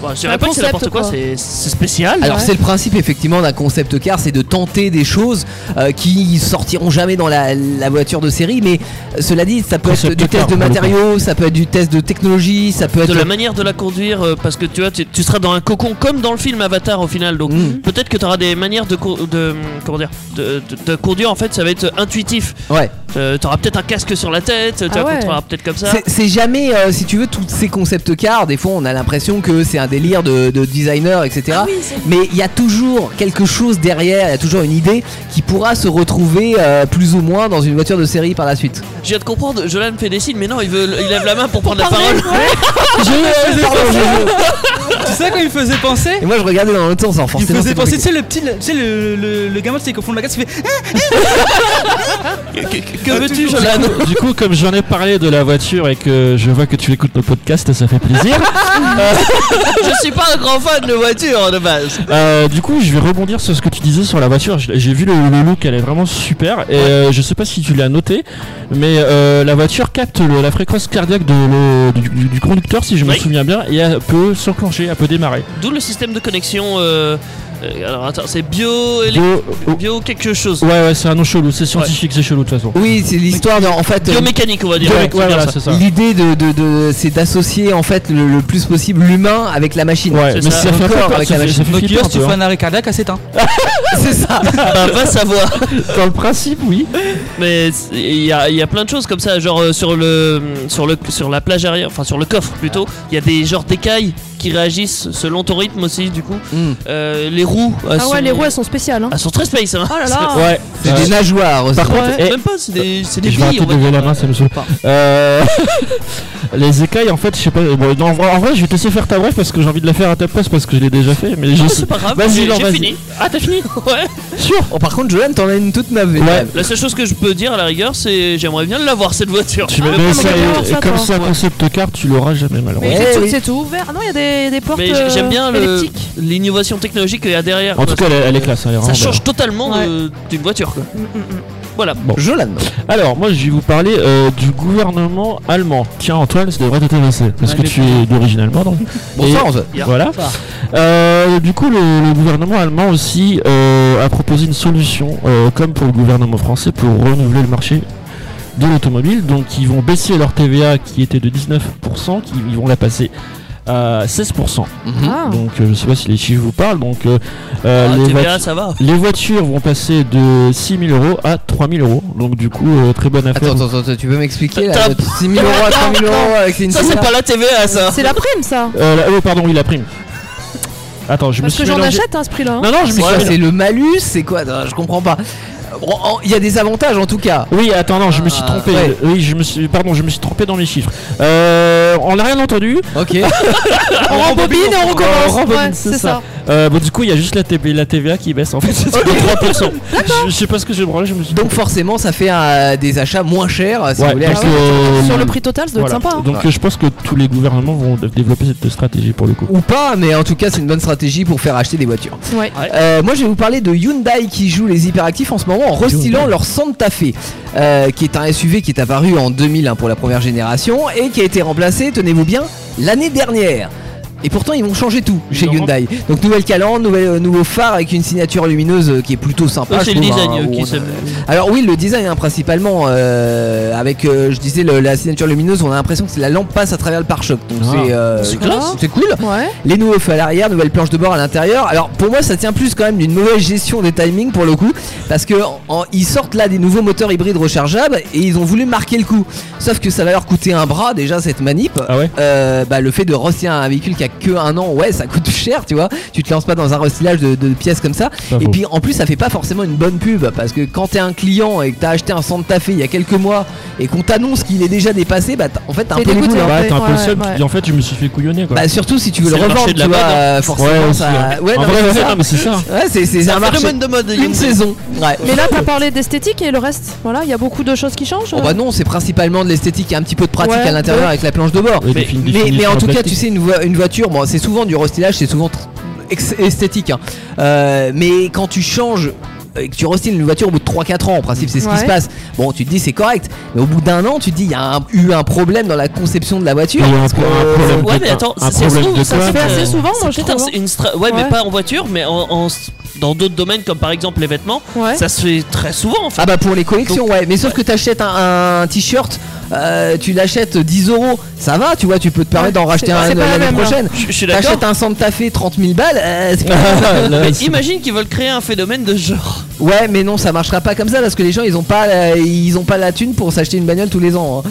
Speaker 6: enfin, je
Speaker 5: un
Speaker 6: dirais pas que c'est
Speaker 5: concept,
Speaker 6: n'importe quoi,
Speaker 5: quoi.
Speaker 6: c'est c'est spécial.
Speaker 3: Alors
Speaker 5: Ouais.
Speaker 3: c'est le principe effectivement d'un concept car, c'est de tenter des choses euh, qui sortiront jamais dans la, la voiture de série, mais euh, cela dit ça peut être
Speaker 4: Concept
Speaker 3: du test
Speaker 4: car,
Speaker 3: de
Speaker 4: pour le
Speaker 3: matériaux, ça peut être du test de technologie, ça peut être...
Speaker 6: de la manière de la conduire, euh, parce que tu vois, tu, tu seras dans un cocon comme dans le film Avatar au final. Donc
Speaker 3: Mhm.
Speaker 6: peut-être que tu auras des manières de, co- de comment dire, de, de- de conduire. En fait, ça va être intuitif.
Speaker 3: Ouais.
Speaker 6: tu auras peut-être un casque sur la tête, tu
Speaker 5: Ah
Speaker 6: vas
Speaker 5: ouais.
Speaker 6: contrôlera peut-être comme ça.
Speaker 3: C'est- C'est jamais, euh, si tu veux, tous ces concepts cars, des fois on a l'impression que c'est un délire de, de designer, etc. mais il y a toujours quelque chose derrière, il y a toujours une idée qui pourra se retrouver euh, plus ou moins dans une voiture de série par la suite.
Speaker 6: Je viens de comprendre. Jolan fait des signes, mais non, il veut, il lève la main pour prendre la
Speaker 5: Parler,
Speaker 6: parole.
Speaker 5: ouais.
Speaker 3: Pardon, je-
Speaker 7: C'est ça quoi il me faisait penser
Speaker 3: Et moi je regardais dans l'autre sens, alors
Speaker 7: Il me
Speaker 3: forcément.
Speaker 7: faisait
Speaker 3: c'est
Speaker 7: penser, tu
Speaker 3: compliqué.
Speaker 7: sais, le petit, tu sais, le, le, le gamin, tu sais, qu'au fond de la case, il fait.
Speaker 6: Que veux-tu, Jonathan
Speaker 4: Du coup, comme j'en ai parlé de la voiture et que je vois que tu écoutes nos podcasts, ça fait plaisir.
Speaker 6: [LAUGHS] Je suis pas un grand fan de voiture de base.
Speaker 4: Euh, du coup, je vais rebondir sur ce que tu disais sur la voiture. Je- J'ai vu le, le look, elle est vraiment super. Et euh, je sais pas si tu l'as noté, mais euh, la voiture capte le- la fréquence cardiaque de, le- du, du- du conducteur, si je me
Speaker 6: Oui.
Speaker 4: souviens bien, et elle peut s'enclencher, elle peut démarrer.
Speaker 6: D'où le système de connexion. euh, euh, alors attends, c'est bio, éle-
Speaker 4: Bio- oh,
Speaker 6: bio quelque chose.
Speaker 4: ouais, ouais, c'est un nom chelou, c'est scientifique, c'est chelou de toute façon.
Speaker 3: Oui, c'est l'histoire de- en fait. euh,
Speaker 6: Biomécanique, on va dire.
Speaker 4: Ouais,
Speaker 6: Ouais,
Speaker 4: ouais,
Speaker 6: c'est bien
Speaker 4: voilà,
Speaker 6: ça.
Speaker 4: c'est ça.
Speaker 3: L'idée de, de, de- c'est d'associer en fait le, le plus possible l'humain avec la machine.
Speaker 4: Ouais,
Speaker 6: c'est ça.
Speaker 4: mais ça, fait un peu
Speaker 3: Encore
Speaker 4: peur,
Speaker 3: avec
Speaker 4: ça
Speaker 3: la
Speaker 4: fait- ça fait
Speaker 7: Notre
Speaker 4: flipper un
Speaker 7: cœur, tu
Speaker 4: peu,
Speaker 7: fais
Speaker 4: hein.
Speaker 7: un arrêt cardiaque, elle s'éteint.
Speaker 3: [LAUGHS] C'est ça.
Speaker 6: Bah, va savoir.
Speaker 4: Dans le principe, oui.
Speaker 6: Mais c'est- il y a, il y a plein de choses comme ça, genre euh, sur le sur le sur la plage arrière, enfin sur le coffre plutôt. Il y a des genres d'écailles qui réagissent selon ton rythme aussi. Du coup,
Speaker 4: Hmm.
Speaker 3: Mm.
Speaker 6: Euh, les roues. elles
Speaker 5: Ah ouais,
Speaker 6: sont-
Speaker 5: les roues elles sont spéciales. Hein.
Speaker 6: Elles sont très space. Hein.
Speaker 5: Oh là là
Speaker 4: Ouais.
Speaker 3: Ah, C'est des nageoires aussi.
Speaker 4: Par contre,
Speaker 5: Ouais.
Speaker 4: eh,
Speaker 6: Même pas, c'est des c'est des
Speaker 4: je vais
Speaker 6: billes.
Speaker 4: arrêter
Speaker 6: on
Speaker 4: de
Speaker 6: va
Speaker 4: lever
Speaker 6: dire.
Speaker 4: la main, ça me saoule. Euh, [LAUGHS] les écailles, en fait, je sais pas. euh, bon, non, en, vrai, en vrai, je vais te laisser faire ta brève parce que j'ai envie de la faire à ta place parce que je l'ai déjà fait. Mais je
Speaker 6: Non,
Speaker 4: sais-
Speaker 6: C'est pas grave.
Speaker 4: Vas-y,
Speaker 6: j'ai-
Speaker 4: Laure,
Speaker 6: j'ai
Speaker 4: vas-y.
Speaker 6: fini. Ah t'as
Speaker 5: [LAUGHS]
Speaker 6: fini. Ouais.
Speaker 4: Sûr.
Speaker 3: Oh, par contre, Jolan, t'en as une toute neuve.
Speaker 4: Ouais.
Speaker 6: La seule chose que je peux dire à la rigueur, c'est j'aimerais bien l'avoir cette voiture.
Speaker 4: Tu
Speaker 6: Ah, Mais
Speaker 4: mets
Speaker 6: bon,
Speaker 5: mais
Speaker 4: ça
Speaker 5: j'ai pas
Speaker 4: et,
Speaker 5: pensé à
Speaker 4: et comme
Speaker 5: toi.
Speaker 4: ça, concept car, tu l'auras jamais malheureusement.
Speaker 5: Mais
Speaker 3: Eh
Speaker 5: c'est tout,
Speaker 3: oui.
Speaker 5: c'est tout ouvert. Ah Non, il y a des, des portes
Speaker 6: Mais j'ai- j'aime bien
Speaker 5: euh,
Speaker 6: le-
Speaker 5: elliptiques.
Speaker 6: l'innovation technologique qu'il y a derrière.
Speaker 4: En tout cas, elle, est- elle est classe. hein, Elle est
Speaker 6: ça
Speaker 4: vraiment
Speaker 6: change totalement
Speaker 5: Ouais.
Speaker 6: de- d'une voiture. Quoi.
Speaker 5: Mm, mm, mm.
Speaker 6: Voilà.
Speaker 3: Jolan.
Speaker 4: belle. Alors, moi, je vais vous parler euh, du gouvernement allemand. Tiens, Antoine, ça devrait t'intéresser parce que
Speaker 7: Allez.
Speaker 4: tu es d'origine allemande. donc. Et-
Speaker 3: Bonsoir. en fait.
Speaker 6: Yeah.
Speaker 4: Voilà. Euh, du coup, le, le gouvernement allemand aussi euh, a proposé une solution, euh, comme pour le gouvernement français, pour renouveler le marché de l'automobile. Donc, ils vont baisser leur TVA qui était de 19%, qui, ils vont la passer à 16%.
Speaker 5: Ah.
Speaker 4: Donc, euh, je sais pas si les chiffres vous parlent. Donc, euh, euh,
Speaker 6: Ah,
Speaker 4: les
Speaker 6: TVA,
Speaker 4: voitures-
Speaker 6: ça va.
Speaker 4: les voitures vont passer de 6 000 euros à 3 000 euros. Donc, du coup, euh, très bonne affaire.
Speaker 3: Attends, attends, attends, tu peux m'expliquer là,
Speaker 6: Attends.
Speaker 3: le 6 000 euros à 3 000 euros avec une
Speaker 6: Ça, c'est pas la TVA, hein, ça.
Speaker 5: C'est la prime ça
Speaker 4: Euh, la- oh, pardon, oui, la prime. Attends, je
Speaker 5: Parce
Speaker 4: me suis
Speaker 5: que j'en
Speaker 4: mélangé.
Speaker 5: achète hein, ce prix là.
Speaker 4: Non, non, je me suis
Speaker 3: C'est quoi,
Speaker 4: mélangé.
Speaker 3: c'est le malus, c'est quoi Non, Je comprends pas. Bon, en- Il y a des avantages en tout cas.
Speaker 4: Oui, attends, non, je me suis
Speaker 3: Ah,
Speaker 4: trompé.
Speaker 3: ouais.
Speaker 4: Oui, je me suis, pardon, je me suis trompé dans mes chiffres. Euh, on n'a rien entendu.
Speaker 3: Ok. Ah,
Speaker 5: On rembobine et on recommence.
Speaker 4: On rembobine,
Speaker 5: Ouais,
Speaker 4: c'est
Speaker 5: c'est ça.
Speaker 4: Euh, bon, du coup, il y a juste la, TB la TVA qui baisse en fait. C'est 3%. Je, je sais pas ce que j'ai branlé, je me
Speaker 3: [LAUGHS]
Speaker 4: suis.
Speaker 3: Donc forcément, ça fait euh, des achats moins chers si
Speaker 4: Ouais,
Speaker 3: vous voulez
Speaker 4: donc,
Speaker 3: acheter.
Speaker 4: euh,
Speaker 5: Sur le prix total, ça doit
Speaker 4: voilà.
Speaker 5: être sympa. hein.
Speaker 4: Donc, euh, je pense que tous les gouvernements vont de- développer cette stratégie pour le coup.
Speaker 3: Ou pas, mais en tout cas, c'est une bonne stratégie pour faire acheter des voitures.
Speaker 5: Ouais.
Speaker 3: Euh, moi, je vais vous parler de Hyundai qui joue les hyperactifs en ce moment en restylant
Speaker 4: Hyundai.
Speaker 3: leur Santa Fe, euh, qui est un SUV qui est apparu en 2001 pour la première génération et qui a été remplacé, tenez-vous bien, l'année dernière. Et pourtant, ils vont changer tout chez
Speaker 4: Ils ont
Speaker 3: Hyundai. Donc, nouvelle calandre, nouvel, euh, nouveau phare avec une signature lumineuse euh, qui est plutôt sympa.
Speaker 6: Ah,
Speaker 3: je
Speaker 6: c'est le
Speaker 3: trouve,
Speaker 6: design
Speaker 3: hein,
Speaker 6: euh,
Speaker 3: où on
Speaker 6: qui
Speaker 3: a-
Speaker 6: s'aime.
Speaker 3: alors oui, le design hein, principalement euh, avec, euh, je disais, le- la signature lumineuse, on a l'impression que c'est la lampe passe à travers le pare-choc. Donc
Speaker 4: Ah.
Speaker 3: c'est euh,
Speaker 6: C'est
Speaker 3: c'est
Speaker 6: classe.
Speaker 3: c'est cool.
Speaker 5: Ouais.
Speaker 3: Les nouveaux feux à l'arrière, nouvelle planche de bord à l'intérieur. Alors pour moi, ça tient plus quand même d'une mauvaise gestion des timings pour le coup, parce que en- ils sortent là des nouveaux moteurs hybrides rechargeables et ils ont voulu marquer le coup. Sauf que ça va leur coûter un bras déjà cette manip.
Speaker 4: Ah ouais
Speaker 3: Euh, bah, le fait de recycler un véhicule qui a que un an, ouais, ça coûte [LAUGHS] cher, tu vois. Tu te lances pas dans un recyclage de, de pièces comme ça.
Speaker 4: Pas
Speaker 3: et
Speaker 4: faux.
Speaker 3: puis en plus, ça fait pas forcément une bonne pub parce que quand t'es un client et que t'as acheté un Santa Fe il y a quelques mois et qu'on t'annonce qu'il est déjà dépassé, bah t'as- en fait t'as un
Speaker 5: T'es
Speaker 3: peu les
Speaker 5: dégoûté.
Speaker 3: boules, hein.
Speaker 4: Bah,
Speaker 5: ouais,
Speaker 4: t'es un peu le
Speaker 5: ouais,
Speaker 4: seul qui
Speaker 5: ouais.
Speaker 4: dit, en fait, je me suis fait couillonner quoi.
Speaker 3: Bah surtout si tu veux le
Speaker 6: C'est le
Speaker 3: revendre,
Speaker 6: marché de la
Speaker 3: tu vois,
Speaker 6: mode, hein.
Speaker 3: euh,
Speaker 4: ouais,
Speaker 3: forcément
Speaker 4: aussi,
Speaker 3: ça.
Speaker 4: hein.
Speaker 3: Ouais,
Speaker 4: En
Speaker 3: non,
Speaker 4: vrai,
Speaker 3: mais
Speaker 4: c'est
Speaker 3: c'est
Speaker 4: ça,
Speaker 3: ça.
Speaker 4: mais c'est ça.
Speaker 3: Ouais, c'est c'est
Speaker 6: C'est
Speaker 3: un
Speaker 6: un
Speaker 3: marché.
Speaker 6: phénomène de mode.
Speaker 3: Une
Speaker 6: Hyundai.
Speaker 3: saison. Ouais.
Speaker 5: Mais là, pour parler d'esthétique et le reste, voilà, il y a beaucoup de choses qui changent.
Speaker 3: Oh bah non, c'est principalement de l'esthétique et un petit peu de pratique
Speaker 5: Ouais,
Speaker 3: à l'intérieur
Speaker 5: ouais.
Speaker 3: avec la planche de bord.
Speaker 4: Et des
Speaker 6: Mais-
Speaker 4: films- des
Speaker 3: Mais,
Speaker 4: films
Speaker 3: mais en tout cas,
Speaker 4: plastique.
Speaker 3: tu sais, une, voi- une voiture, bon, c'est souvent du restylage, c'est souvent tr- ex- esthétique. hein. Euh, mais quand tu changes et que tu restyles une voiture au bout de 3-4 ans, en principe, c'est ce qui
Speaker 5: Ouais.
Speaker 3: se passe. Bon, tu te dis c'est correct, mais au bout d'un an, tu te dis il y a un- eu un problème dans la conception de la voiture.
Speaker 4: Il y a un
Speaker 3: parce que-
Speaker 4: pro- un problème
Speaker 6: Ouais,
Speaker 4: de-
Speaker 6: mais attends,
Speaker 4: un
Speaker 6: ça, ça se
Speaker 4: problème
Speaker 6: trouve,
Speaker 4: de
Speaker 6: ça
Speaker 4: quoi,
Speaker 6: se
Speaker 5: C'est
Speaker 6: fait
Speaker 4: mais-
Speaker 5: assez souvent, moi, je
Speaker 6: Putain,
Speaker 5: trouve. hein.
Speaker 6: c'est une stra- ouais, mais
Speaker 5: Ouais.
Speaker 6: pas en voiture, mais en, en s- dans d'autres domaines comme par exemple les vêtements,
Speaker 5: Ouais.
Speaker 6: ça se fait très souvent en fait.
Speaker 3: Ah bah pour les collections ouais mais sauf que t'achètes un, un t-shirt euh, tu l'achètes 10 euros ça va tu vois tu peux te permettre
Speaker 5: Ouais,
Speaker 3: d'en racheter
Speaker 5: c'est-
Speaker 3: un
Speaker 5: c'est pas la
Speaker 3: l'année
Speaker 5: même, hein.
Speaker 3: prochaine
Speaker 6: Je je suis d'accord.
Speaker 5: [LAUGHS]
Speaker 3: t'achètes un Santa Fe 30 000 balles euh, c'est-
Speaker 6: Mais imagine qu'ils veulent créer un phénomène de genre.
Speaker 3: ouais mais non ça marchera pas comme ça parce que les gens ils ont pas la, ils ont pas la thune pour s'acheter une bagnole tous les ans hein.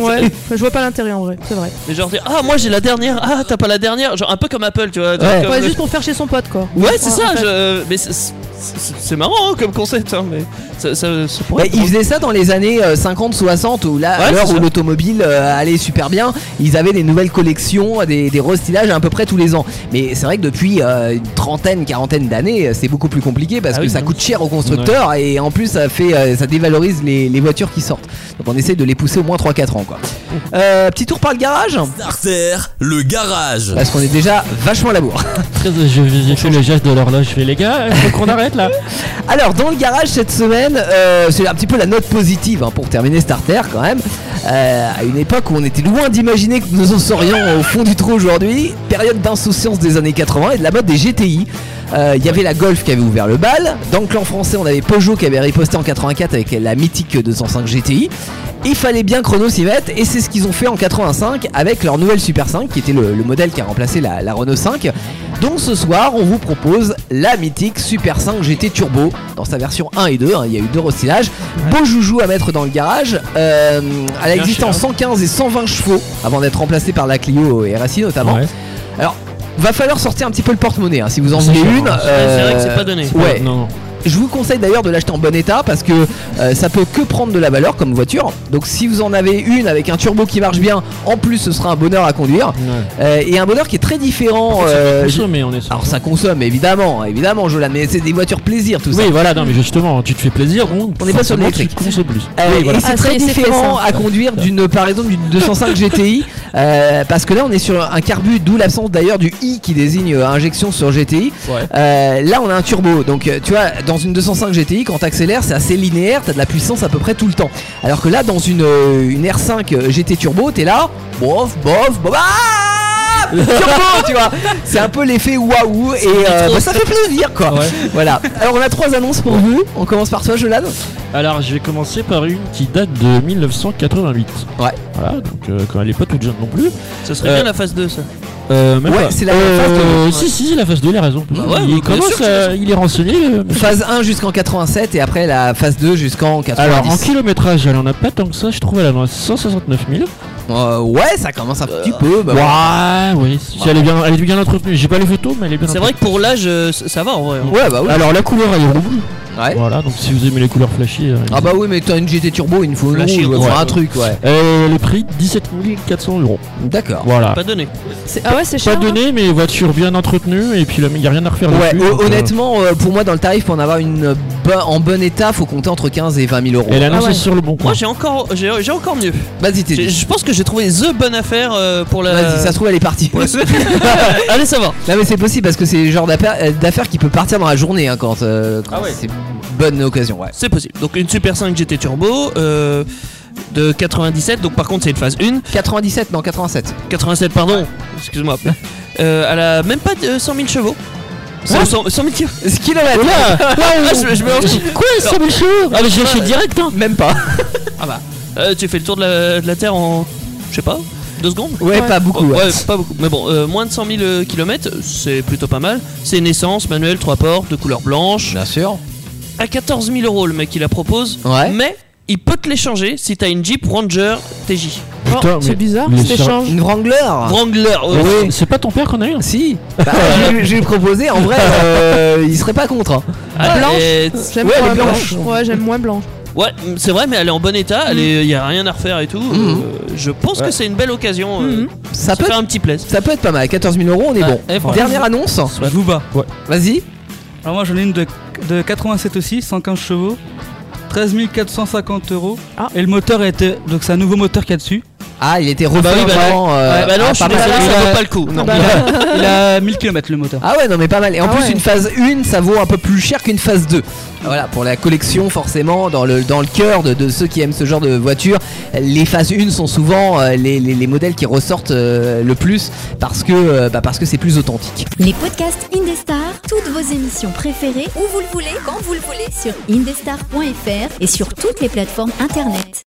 Speaker 5: Ouais, je vois pas l'intérêt en vrai, c'est vrai.
Speaker 6: Mais genre dire, ah moi j'ai la dernière, ah t'as pas la dernière, genre un peu comme Apple, tu vois.
Speaker 3: Ouais.
Speaker 6: comme-
Speaker 5: Ouais, juste pour faire chez son pote quoi.
Speaker 6: Ouais, c'est
Speaker 5: Ouais,
Speaker 6: ça.
Speaker 5: en fait.
Speaker 6: je- Mais c'est- C'est c'est marrant hein, comme concept, hein, mais ça, ça- ça pourrait
Speaker 3: Bah,
Speaker 6: être
Speaker 3: ils faisaient ça dans les années 50-60 où là, à
Speaker 6: Ouais,
Speaker 3: l'heure
Speaker 6: c'est
Speaker 3: où
Speaker 6: ça.
Speaker 3: l'automobile euh, allait super bien, ils avaient des nouvelles collections, des, des restylages à peu près tous les ans. Mais c'est vrai que depuis euh, une trentaine, quarantaine d'années, euh, c'est beaucoup plus compliqué parce
Speaker 6: Ah
Speaker 3: que
Speaker 6: oui,
Speaker 3: ça
Speaker 6: non.
Speaker 3: coûte cher aux constructeurs et en plus ça fait, euh, ça dévalorise les, les voitures qui sortent. Donc on essaie de les pousser au moins 3-4 ans quoi.
Speaker 6: Oh.
Speaker 3: Euh, petit tour par le garage
Speaker 1: Starter, le garage.
Speaker 3: parce qu'on est déjà vachement à la bourre.
Speaker 4: Très- je- J'ai fait le geste de l'horloge, je fais les gars, [LAUGHS] faut qu'on arrête là.
Speaker 3: Alors dans le garage cette semaine, euh, c'est un petit peu la note positive hein, pour terminer Starter quand même. Euh, à une époque où on était loin d'imaginer que nous en serions au fond du trou aujourd'hui, période d'insouciance des années 80 et de la mode des GTI. Euh, Il y avait la Golf qui avait ouvert le bal. Dans le clan français, on avait Peugeot qui avait riposté en 84 avec la mythique 205 GTI. Il fallait bien que Renault s'y mette et c'est ce qu'ils ont fait en 85 avec leur nouvelle Super 5 qui était le, le modèle qui a remplacé la, la Renault 5. Donc ce soir, on vous propose la mythique Super 5 GT Turbo dans sa version 1 et 2. hein. Il y a eu deux restylages. Beau joujou à mettre dans le garage. Euh, elle a
Speaker 6: Bien
Speaker 3: existé en
Speaker 6: cher.
Speaker 3: 115 et 120 chevaux avant d'être remplacée par la Clio RSI notamment.
Speaker 4: Ouais.
Speaker 3: Alors, va falloir sortir un petit peu le porte-monnaie hein, si vous en
Speaker 4: C'est
Speaker 3: voulez
Speaker 4: cher,
Speaker 3: une. euh,
Speaker 4: hein.
Speaker 6: Ouais, c'est vrai que c'est pas donné.
Speaker 3: Ouais.
Speaker 4: Non, non.
Speaker 3: Je vous conseille d'ailleurs de l'acheter en bon état parce que euh, ça peut que prendre de la valeur comme voiture. Donc si vous en avez une avec un turbo qui marche bien, en plus ce sera un bonheur à conduire.
Speaker 4: Ouais.
Speaker 3: Euh, et un bonheur qui est très différent.
Speaker 4: Par contre, ça
Speaker 3: euh,
Speaker 4: peut consommer, on est sûr.
Speaker 3: alors ça consomme évidemment, évidemment Jolan, mais c'est des voitures plaisir tout ça.
Speaker 4: Oui, voilà, non, mais justement, tu te fais plaisir, bon,
Speaker 3: On n'est pas sur
Speaker 4: forcément,
Speaker 3: l'électrique.
Speaker 4: tu consommes plus.
Speaker 3: Euh,
Speaker 4: Oui, voilà.
Speaker 3: Et c'est
Speaker 5: Ah, ça
Speaker 3: très
Speaker 5: y est, c'est fait,
Speaker 3: différent à conduire d'une, euh, par exemple, d'une 205 GTI, euh, parce que là on est sur un carbu, d'où l'absence d'ailleurs du i qui désigne euh, injection sur GTI.
Speaker 6: Ouais.
Speaker 3: Euh, là on a un turbo, donc euh, tu vois, dans une 205 GTI, quand t'accélères, c'est assez linéaire, t'as de la puissance à peu près tout le temps. Alors que là, dans une, euh, une R5 euh, GT turbo, t'es là, bof, bof, bof, ah
Speaker 4: [LAUGHS]
Speaker 3: Turbo, tu vois, c'est un peu l'effet waouh et euh, bah, ça fait plaisir quoi.
Speaker 4: Ouais.
Speaker 3: Voilà. Alors on a trois annonces pour vous. On commence par toi, Jolan.
Speaker 4: Alors, je vais commencer par une qui date de 1988.
Speaker 3: Ouais.
Speaker 4: Voilà, donc euh, quand elle est pas toute jeune non plus.
Speaker 6: Ça serait
Speaker 4: Euh,
Speaker 6: bien la phase 2, ça.
Speaker 4: Euh, même
Speaker 3: Ouais,
Speaker 4: pas.
Speaker 3: c'est la
Speaker 4: Euh,
Speaker 3: phase de-
Speaker 4: Si, si, la phase 2, il a raison.
Speaker 6: Bah ouais,
Speaker 4: il
Speaker 6: bien sûr
Speaker 4: commence,
Speaker 6: que
Speaker 4: à- il est renseigné. euh,
Speaker 3: Phase 1 jusqu'en 87 et après la phase 2 jusqu'en 90.
Speaker 4: Alors, en kilométrage, elle en a pas tant que ça, je trouve, elle en a 169 000.
Speaker 3: Euh, ouais, ça commence un petit peu. bah,
Speaker 4: ouais, ouais, si, elle est bien, elle est bien entretenue. J'ai pas les photos, mais elle est bien
Speaker 6: C'est
Speaker 4: entretenue.
Speaker 6: vrai que pour l'âge, euh, ça ça va en vrai. hein.
Speaker 3: Ouais, bah oui.
Speaker 4: Alors, la couleur, elle est rouge.
Speaker 3: Ouais.
Speaker 4: Voilà, donc si vous aimez les couleurs flashy. euh,
Speaker 3: Ah bah oui, mais t'as une GT Turbo, il me faut une
Speaker 6: La
Speaker 3: rouge,
Speaker 6: Chiro,
Speaker 3: enfin,
Speaker 6: ouais.
Speaker 3: un truc, ouais.
Speaker 4: Euh, le prix 17 400 euros.
Speaker 3: D'accord.
Speaker 4: Voilà.
Speaker 6: Pas donné.
Speaker 5: C'est- Ah ouais, c'est cher.
Speaker 4: Pas
Speaker 5: hein.
Speaker 4: donné, mais voiture bien entretenue et puis il y a rien à refaire
Speaker 3: Ouais,
Speaker 4: dessus.
Speaker 3: hon-
Speaker 4: donc, euh,
Speaker 3: honnêtement, euh, pour moi, dans le tarif, pour en avoir une bo- en bon état, faut compter entre 15 et 20 000 euros.
Speaker 4: Elle annonce
Speaker 5: Ah ouais.
Speaker 4: sur le bon coin.
Speaker 6: Moi, j'ai encore, j'ai j'ai encore mieux.
Speaker 3: Vas-y, t'es
Speaker 6: J'ai- Je pense que j'ai trouvé the bonne affaire euh, pour la.
Speaker 3: Vas-y, ça se trouve, elle est partie.
Speaker 6: Ouais. Allez, ça va.
Speaker 3: [LAUGHS] Non, mais c'est possible parce que c'est le genre d'affaire- euh, d'affaires qui peut partir dans la journée hein, quand, euh, quand
Speaker 6: Ah ouais.
Speaker 3: c'est bonne occasion, ouais.
Speaker 6: [LAUGHS] C'est possible. Donc une Super 5 GT Turbo euh, de 97. Donc par contre c'est une phase 1.
Speaker 3: 97, non, 87.
Speaker 6: 87 pardon. Excuse-moi. Euh, elle a même pas de euh, 100 000 chevaux.
Speaker 4: Hein
Speaker 6: 100, 100 000 km.
Speaker 3: Kilomètre
Speaker 6: Ah, je, je me lance.
Speaker 4: Quoi, ça me chaud Ah, mais j'ai acheté direct, hein
Speaker 3: Même pas.
Speaker 6: Euh, tu fais le tour de la, de la Terre en, je sais pas, deux secondes. Oh,
Speaker 3: Ouais, pas beaucoup.
Speaker 6: ouais,
Speaker 3: ouais.
Speaker 6: pas beaucoup. Mais bon, euh, moins de 100 000 km, c'est plutôt pas mal. C'est une essence manuelle, trois portes, de couleur blanche.
Speaker 3: Bien sûr.
Speaker 6: À 14 000 euros, le mec, il la propose.
Speaker 3: Ouais.
Speaker 6: Mais il peut te l'échanger si t'as une Jeep Ranger TJ.
Speaker 5: Oh,
Speaker 4: Putain, mais-
Speaker 5: c'est bizarre,
Speaker 4: mais
Speaker 5: cet
Speaker 4: ça-
Speaker 5: échange.
Speaker 3: Une Wrangler
Speaker 6: Wrangler. ouais.
Speaker 4: Ouais, C'est pas ton père qu'on a eu hein
Speaker 6: [LAUGHS]
Speaker 3: Si bah, je, lui- je lui ai proposé, en vrai, euh, il serait pas contre. hein.
Speaker 6: Ah,
Speaker 5: Blanche.
Speaker 6: et-
Speaker 5: J'aime
Speaker 3: Ouais, elle
Speaker 5: moins
Speaker 3: est
Speaker 5: blanche. Ouais, j'aime moins blanche.
Speaker 6: Ouais, c'est vrai, mais elle est en bon état,
Speaker 3: Mm.
Speaker 6: il y a rien à refaire et tout.
Speaker 3: Mhm.
Speaker 6: Euh, je pense que c'est une belle occasion. euh,
Speaker 5: Mhm.
Speaker 3: Mm. Ça
Speaker 6: se
Speaker 3: peut,
Speaker 6: faire un petit plaisir.
Speaker 3: ça peut être pas mal. 14 000 euros, on est
Speaker 6: Ah,
Speaker 3: bon.
Speaker 6: eh, franchement.
Speaker 3: Dernière annonce,
Speaker 7: Je vous bats.
Speaker 3: vas-y.
Speaker 7: Alors moi j'en ai une de, de 87 aussi, 115 chevaux, 13 450 euros.
Speaker 5: Ah.
Speaker 7: Et le moteur était. Donc c'est un nouveau moteur qu'il y a dessus.
Speaker 3: Ah, il était refait
Speaker 6: oui, bah
Speaker 3: vraiment, euh,
Speaker 6: Ouais, bah non,
Speaker 3: ah,
Speaker 6: je suis
Speaker 3: pas mal.
Speaker 6: désolé, ça
Speaker 7: Il
Speaker 6: vaut
Speaker 7: a-
Speaker 6: pas le coup. Bah
Speaker 7: Non, il, a, il a 1000 km le moteur.
Speaker 3: [LAUGHS] Ah ouais, non mais pas mal. Et en
Speaker 5: Ah
Speaker 3: plus,
Speaker 5: ouais.
Speaker 3: une phase 1, ça vaut un peu plus cher qu'une phase 2. Voilà, pour la collection, forcément, dans le, dans le cœur de, de ceux qui aiment ce genre de voiture, les phases 1 sont souvent euh, les, les- les modèles qui ressortent euh, le plus parce que euh, bah, parce que c'est plus authentique.
Speaker 2: Les podcasts Indestar, toutes vos émissions préférées, où vous le voulez, quand vous le voulez, sur indestar.fr et sur toutes les plateformes internet.